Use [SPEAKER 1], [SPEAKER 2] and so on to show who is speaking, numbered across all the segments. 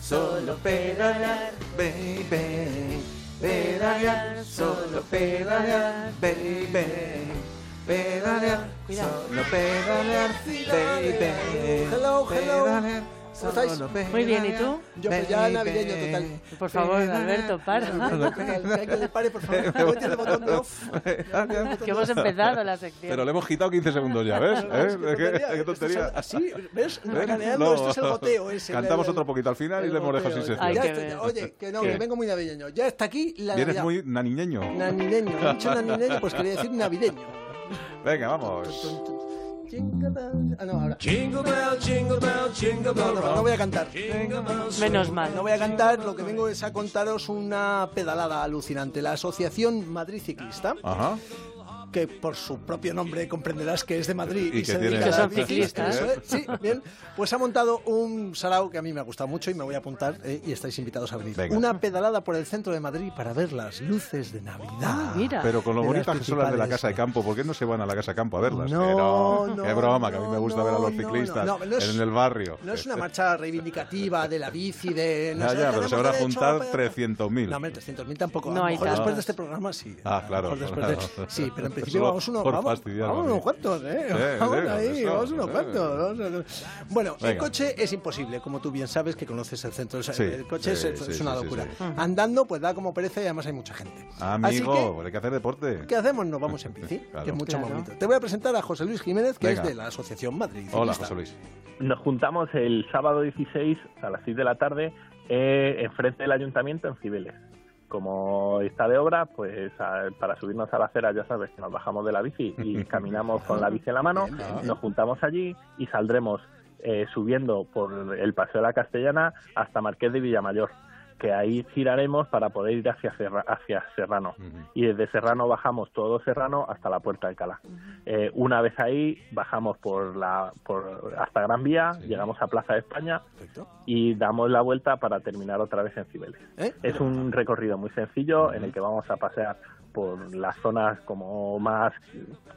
[SPEAKER 1] solo pedalar, baby. Pedalear, solo pedalear, baby. Pedalear, solo pedalear, baby.
[SPEAKER 2] Hello, hello.
[SPEAKER 1] Pedalear,
[SPEAKER 2] ¿Cómo estáis?
[SPEAKER 1] solo
[SPEAKER 3] Muy bien, ¿y
[SPEAKER 1] pedalear,
[SPEAKER 3] tú?
[SPEAKER 2] Yo, pues, ya
[SPEAKER 1] baby.
[SPEAKER 2] navideño total.
[SPEAKER 3] Por favor,
[SPEAKER 1] Pedalear,
[SPEAKER 3] Alberto, para.
[SPEAKER 1] solo
[SPEAKER 2] Que alguien le pare, por favor.
[SPEAKER 1] pedalear,
[SPEAKER 2] Apriete el botón de off.
[SPEAKER 4] Eh,
[SPEAKER 1] pedalear.
[SPEAKER 3] Que hemos empezado la sección.
[SPEAKER 4] Pero le hemos quitado 15 segundos ya, ¿ves? ¿Eh? ¿Qué, qué tontería?
[SPEAKER 2] Así, ¿ves?
[SPEAKER 4] ¿Eh?
[SPEAKER 2] Macaneando,
[SPEAKER 4] No.
[SPEAKER 2] esto es el goteo ese.
[SPEAKER 4] Cantamos
[SPEAKER 2] el-
[SPEAKER 4] otro poquito al final y
[SPEAKER 2] el
[SPEAKER 4] le hemos dejado
[SPEAKER 2] goteo,
[SPEAKER 4] sin
[SPEAKER 2] el-
[SPEAKER 4] sección.
[SPEAKER 3] Hay
[SPEAKER 2] Ya
[SPEAKER 3] que
[SPEAKER 2] está-
[SPEAKER 3] ver.
[SPEAKER 2] Oye, que no,
[SPEAKER 4] ¿Qué?
[SPEAKER 2] que vengo muy navideño. Ya está aquí la
[SPEAKER 4] Vienes
[SPEAKER 2] Navidad.
[SPEAKER 4] muy naniñeño.
[SPEAKER 2] Navideño. He dicho navideño, pues quería decir navideño.
[SPEAKER 4] Venga, vamos.
[SPEAKER 2] Jingle bell- Ah, no, ahora.
[SPEAKER 5] Jingle bell, jingle bell, jingle
[SPEAKER 2] No,
[SPEAKER 5] bell
[SPEAKER 2] no, no
[SPEAKER 5] rock.
[SPEAKER 2] voy a cantar.
[SPEAKER 5] Jingle bells
[SPEAKER 3] Menos mal.
[SPEAKER 2] No voy a cantar, lo que vengo es a contaros una pedalada alucinante. La Asociación Madrid Ciclista,
[SPEAKER 4] Ajá.
[SPEAKER 2] que por su propio nombre comprenderás que es de Madrid
[SPEAKER 4] Y que tiene- ¿eh?
[SPEAKER 2] dedica
[SPEAKER 3] Que
[SPEAKER 2] a
[SPEAKER 3] son
[SPEAKER 2] bicis,
[SPEAKER 3] ciclistas.
[SPEAKER 2] eso es, Sí, bien. Pues ha montado un sarao que a mí me ha gustado mucho y me voy a apuntar eh, y estáis invitados a venir.
[SPEAKER 4] Venga.
[SPEAKER 2] Una pedalada por el centro de Madrid para ver las luces de Navidad.
[SPEAKER 3] Mira.
[SPEAKER 4] Pero con lo
[SPEAKER 2] De las
[SPEAKER 4] bonitas que son las de la
[SPEAKER 2] principales.
[SPEAKER 4] casa de campo, ¿por qué no se van a la casa de campo a verlas?
[SPEAKER 2] No,
[SPEAKER 4] Que
[SPEAKER 2] no,
[SPEAKER 4] Qué broma, que a mí me
[SPEAKER 2] no,
[SPEAKER 4] gusta ver a
[SPEAKER 2] no,
[SPEAKER 4] los
[SPEAKER 2] no.
[SPEAKER 4] ciclistas
[SPEAKER 2] No, no es-
[SPEAKER 4] en el barrio.
[SPEAKER 2] No es una marcha reivindicativa de la bici, de...
[SPEAKER 4] Ya, ya, pero se van a juntar
[SPEAKER 2] trescientos
[SPEAKER 4] 300.000.
[SPEAKER 2] No, hombre, 300.000 tampoco.
[SPEAKER 3] No
[SPEAKER 2] a lo
[SPEAKER 3] hay
[SPEAKER 2] mejor
[SPEAKER 3] tantos.
[SPEAKER 2] después de este programa sí.
[SPEAKER 4] Ah,
[SPEAKER 2] A lo
[SPEAKER 4] claro,
[SPEAKER 2] mejor después de- este
[SPEAKER 4] claro.
[SPEAKER 2] Sí, pero en principio
[SPEAKER 4] Solo
[SPEAKER 2] vamos unos
[SPEAKER 4] por
[SPEAKER 2] vamos,
[SPEAKER 4] fastidiar,
[SPEAKER 2] vamos
[SPEAKER 4] ¿no?
[SPEAKER 2] unos cuantos, ¿eh?
[SPEAKER 4] Sí,
[SPEAKER 2] vamos
[SPEAKER 4] sí,
[SPEAKER 2] ahí,
[SPEAKER 4] eso,
[SPEAKER 2] vamos unos
[SPEAKER 4] sí.
[SPEAKER 2] cuantos. vamos unos- Bueno, el
[SPEAKER 4] Venga.
[SPEAKER 2] coche es imposible, como tú bien sabes que conoces el centro. O sea,
[SPEAKER 4] Sí,
[SPEAKER 2] el coche
[SPEAKER 4] sí,
[SPEAKER 2] es,
[SPEAKER 4] sí,
[SPEAKER 2] es una
[SPEAKER 4] sí, sí,
[SPEAKER 2] locura.
[SPEAKER 4] sí.
[SPEAKER 2] Andando, pues da como pereza y además hay mucha gente. Así
[SPEAKER 4] Amigo,
[SPEAKER 2] que,
[SPEAKER 4] hay que hacer deporte.
[SPEAKER 2] ¿Qué hacemos? Nos vamos en bici,
[SPEAKER 4] Claro.
[SPEAKER 2] que es mucho más
[SPEAKER 3] Claro.
[SPEAKER 2] bonito. Te voy a presentar a José Luis Jiménez, que
[SPEAKER 4] Venga.
[SPEAKER 2] es de la Asociación Madrid.
[SPEAKER 4] Hola,
[SPEAKER 2] Ciclista.
[SPEAKER 4] José Luis.
[SPEAKER 6] Nos juntamos el sábado 16 a las 6 de la tarde eh, enfrente del ayuntamiento en Cibeles. Como está de obra, pues a- para subirnos a la acera, ya sabes que nos bajamos de la bici y caminamos con la bici en la mano, nos juntamos allí y saldremos eh, subiendo por el Paseo de la Castellana hasta Marqués de Villamayor, que ahí giraremos para poder ir hacia, Serra- hacia Serrano y desde Serrano bajamos todo Serrano hasta la Puerta de Alcalá. Eh, una vez ahí bajamos por la por hasta Gran Vía, llegamos a Plaza de España
[SPEAKER 2] Perfecto.
[SPEAKER 6] y damos la vuelta para terminar otra vez en Cibeles.
[SPEAKER 2] ¿Eh?
[SPEAKER 6] Es un recorrido muy sencillo en el que vamos a pasear por las zonas como más,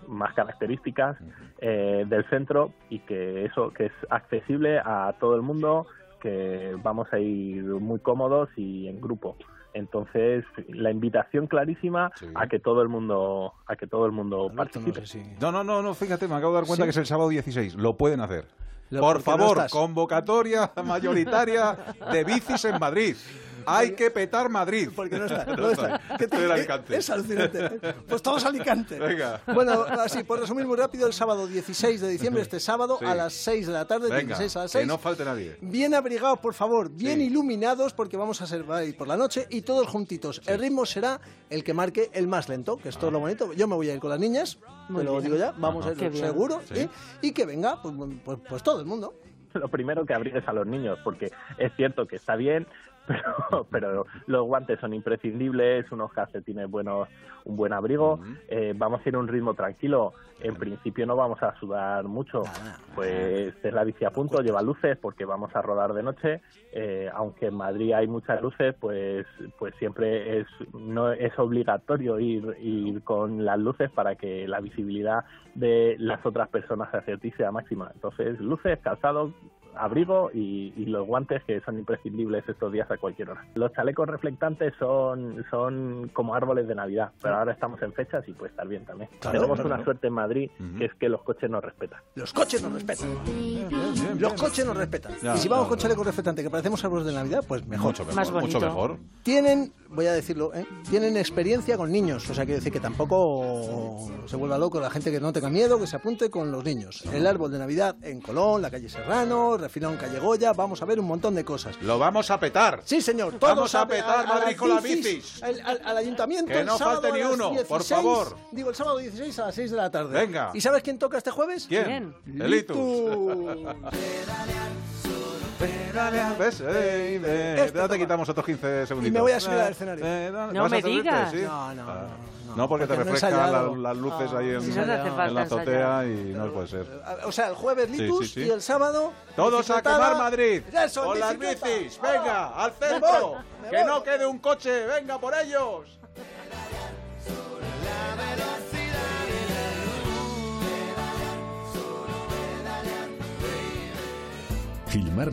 [SPEAKER 6] más características eh, del centro y que eso que es accesible a todo el mundo, que vamos a ir muy cómodos y en grupo. Entonces, la invitación clarísima
[SPEAKER 4] Sí.
[SPEAKER 6] a que todo el mundo a que todo el mundo
[SPEAKER 2] Alberto, no
[SPEAKER 6] participe.
[SPEAKER 2] sé si-
[SPEAKER 4] No, no, no, no, fíjate, me acabo de dar
[SPEAKER 2] ¿Sí?
[SPEAKER 4] cuenta que es el sábado 16. Lo pueden hacer.
[SPEAKER 2] Lo-
[SPEAKER 4] Por
[SPEAKER 2] porque no
[SPEAKER 4] favor,
[SPEAKER 2] estás.
[SPEAKER 4] convocatoria mayoritaria de bicis en Madrid. Hay que petar Madrid.
[SPEAKER 2] Porque no está.
[SPEAKER 4] No
[SPEAKER 2] No está.
[SPEAKER 4] estoy.
[SPEAKER 2] ¿Qué
[SPEAKER 4] Estoy en Alicante.
[SPEAKER 2] Es alucinante. Pues todos a Alicante.
[SPEAKER 4] Venga.
[SPEAKER 2] Bueno, así, por resumir muy rápido, el sábado 16 de diciembre, este sábado,
[SPEAKER 4] Sí.
[SPEAKER 2] a las 6 de la tarde,
[SPEAKER 4] Venga,
[SPEAKER 2] 16 a las
[SPEAKER 4] que
[SPEAKER 2] 6.
[SPEAKER 4] no falte nadie.
[SPEAKER 2] Bien abrigados, por favor, bien iluminados, porque vamos a ser ahí por la noche y todos juntitos. El ritmo será el que marque el más lento, que es todo
[SPEAKER 4] Ah.
[SPEAKER 2] lo bonito. Yo me voy a ir con las niñas,
[SPEAKER 3] Muy
[SPEAKER 2] te lo
[SPEAKER 3] bien.
[SPEAKER 2] digo ya, vamos
[SPEAKER 3] Ajá.
[SPEAKER 2] a
[SPEAKER 3] Qué
[SPEAKER 2] ir
[SPEAKER 3] bien.
[SPEAKER 2] seguro.
[SPEAKER 4] Sí.
[SPEAKER 2] ¿eh? Y que venga, pues, pues- pues todo el mundo.
[SPEAKER 6] Lo primero que abrigues a los niños, porque es cierto que está bien, pero, pero los guantes son imprescindibles, unos calcetines buenos, un buen abrigo. Eh, vamos a ir a un ritmo tranquilo. En principio no vamos a sudar mucho. Pues es la bici a punto, lleva luces porque vamos a rodar de noche. Eh, aunque en Madrid hay muchas luces, pues pues siempre es no es obligatorio ir ir con las luces para que la visibilidad de las otras personas hacia ti sea máxima. Entonces luces, calzados, abrigo y, y los guantes que son imprescindibles estos días a cualquier hora. Los chalecos reflectantes son, son como árboles de Navidad, pero ahora estamos en fechas y puede estar bien también.
[SPEAKER 2] Claro,
[SPEAKER 6] Tenemos
[SPEAKER 2] claro.
[SPEAKER 6] una suerte en Madrid que es que los coches nos respetan.
[SPEAKER 2] Los coches nos respetan. Los coches nos respetan. y si vamos con chaleco respetante, que parecemos árboles de Navidad, pues mejor.
[SPEAKER 4] Mucho mejor.
[SPEAKER 3] Más bonito.
[SPEAKER 4] Mucho mejor.
[SPEAKER 2] Tienen, voy a decirlo, ¿eh? tienen experiencia con niños. O sea, quiero decir que tampoco se vuelva loco la gente que no tenga miedo, que se apunte con los niños. El árbol de Navidad en Colón, la calle Serrano, Refinón, calle Goya, vamos a ver un montón de cosas.
[SPEAKER 4] Lo vamos a petar.
[SPEAKER 2] Sí, señor. Todos
[SPEAKER 4] Vamos a petar
[SPEAKER 2] las
[SPEAKER 4] Madrid con las bicis.
[SPEAKER 2] Al, al- al ayuntamiento
[SPEAKER 4] Que
[SPEAKER 2] el
[SPEAKER 4] no
[SPEAKER 2] sábado
[SPEAKER 4] falte ni
[SPEAKER 2] a las
[SPEAKER 4] uno, por
[SPEAKER 2] 16,
[SPEAKER 4] favor.
[SPEAKER 2] Digo, el sábado 16 a las 6 de la tarde.
[SPEAKER 4] Venga.
[SPEAKER 2] ¿Y sabes quién toca este jueves? Uh.
[SPEAKER 4] ¿Quién?
[SPEAKER 3] Bien.
[SPEAKER 4] El Itus.
[SPEAKER 2] Litus.
[SPEAKER 1] Pedalear,
[SPEAKER 4] ¿Ves? Ey, eh,
[SPEAKER 2] Esto
[SPEAKER 4] ya te
[SPEAKER 2] toma.
[SPEAKER 4] quitamos otros 15 segunditos.
[SPEAKER 2] Este Y me voy a subir al escenario.
[SPEAKER 4] no,
[SPEAKER 3] No
[SPEAKER 4] ¿vas a
[SPEAKER 3] me
[SPEAKER 4] subirte?
[SPEAKER 3] digas.
[SPEAKER 4] ¿Sí?
[SPEAKER 2] No, no,
[SPEAKER 4] Ah.
[SPEAKER 2] no,
[SPEAKER 4] No, porque
[SPEAKER 2] porque
[SPEAKER 4] te
[SPEAKER 2] no he
[SPEAKER 4] refrescan
[SPEAKER 2] ensayado.
[SPEAKER 4] las, las luces ahí en,
[SPEAKER 3] Si no te hace
[SPEAKER 4] en
[SPEAKER 3] falta
[SPEAKER 4] la azotea
[SPEAKER 3] ensayar.
[SPEAKER 4] y no puede ser.
[SPEAKER 2] Eh, O sea, el jueves
[SPEAKER 4] Sí,
[SPEAKER 2] Litus
[SPEAKER 4] sí, sí.
[SPEAKER 2] y el sábado.
[SPEAKER 4] Todos a
[SPEAKER 2] bicicletada.
[SPEAKER 4] quemar Madrid.
[SPEAKER 2] Eso, en
[SPEAKER 4] con las
[SPEAKER 2] bicicleta.
[SPEAKER 4] bicis.
[SPEAKER 2] Ahora.
[SPEAKER 4] Venga, al
[SPEAKER 2] Me
[SPEAKER 4] centro.
[SPEAKER 2] voy, me
[SPEAKER 4] Que
[SPEAKER 2] voy.
[SPEAKER 4] no quede un coche. Venga por ellos.
[SPEAKER 7] Gilmar